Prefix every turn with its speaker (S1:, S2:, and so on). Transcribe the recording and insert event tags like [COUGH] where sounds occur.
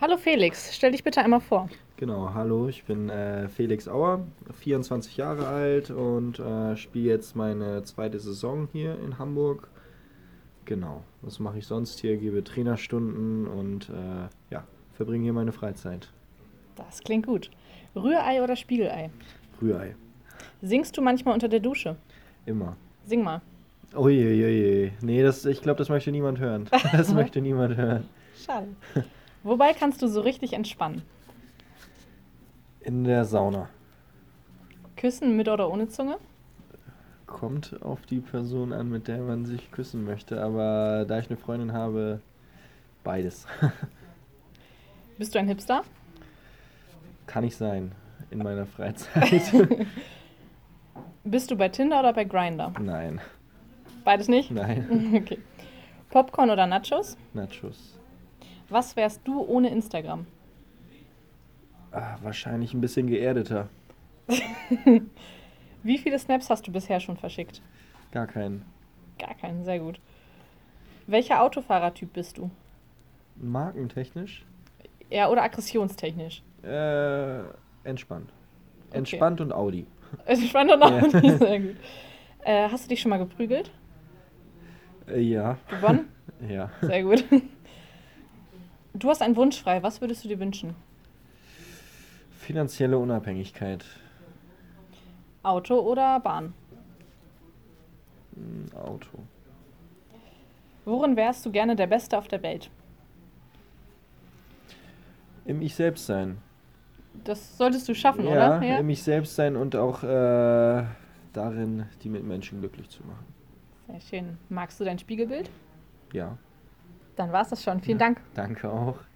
S1: Hallo Felix, stell dich bitte einmal vor.
S2: Genau, hallo, ich bin äh, Felix Auer, 24 Jahre alt und äh, spiele jetzt meine zweite Saison hier in Hamburg. Genau, was mache ich sonst hier? Gebe Trainerstunden und äh, ja, verbringe hier meine Freizeit.
S1: Das klingt gut. Rührei oder Spiegelei?
S2: Rührei,
S1: Singst du manchmal unter der Dusche?
S2: immer.
S1: Sing mal.
S2: Uiuiui, nee, das, ich glaube, das möchte niemand hören. Das möchte niemand hören. [LAUGHS]
S1: Schade. Wobei kannst du so richtig entspannen?
S2: In der Sauna.
S1: Küssen mit oder ohne Zunge?
S2: Kommt auf die Person an, mit der man sich küssen möchte, aber da ich eine Freundin habe, beides. [LAUGHS]
S1: Bist du ein Hipster?
S2: Kann ich sein in meiner Freizeit.
S1: [LAUGHS] Bist du bei Tinder oder bei Grinder?
S2: nein,
S1: Beides nicht?
S2: nein.
S1: [LAUGHS] Okay. Popcorn oder Nachos?
S2: Nachos.
S1: Was wärst du ohne Instagram?
S2: Ah, wahrscheinlich ein bisschen geerdeter.
S1: Wie viele Snaps hast du bisher schon verschickt?
S2: Gar keinen.
S1: Gar keinen, sehr gut. Welcher Autofahrertyp bist du?
S2: Markentechnisch?
S1: Ja, oder aggressionstechnisch?
S2: Äh, entspannt. Entspannt und Audi.
S1: Spannend und auch
S2: Ja.
S1: nicht Äh, [LAUGHS] sehr gut. Äh, hast du dich schon mal geprügelt?
S2: Äh, ja.
S1: Gewonnen?
S2: [LAUGHS] Ja.
S1: Sehr gut. Du hast einen Wunsch frei. Was würdest du dir wünschen?
S2: Finanzielle Unabhängigkeit.
S1: Auto oder Bahn?
S2: Ein Auto.
S1: Worin wärst du gerne der Beste auf der Welt?
S2: Im Ich selbst sein.
S1: Das solltest du schaffen,
S2: ja,
S1: oder? Ja.
S2: im Ich selbst sein und auch äh, darin, die Mitmenschen glücklich zu machen.
S1: Sehr schön. Magst du dein Spiegelbild?
S2: Ja,
S1: Dann war's das schon. Vielen Dank.
S2: danke auch.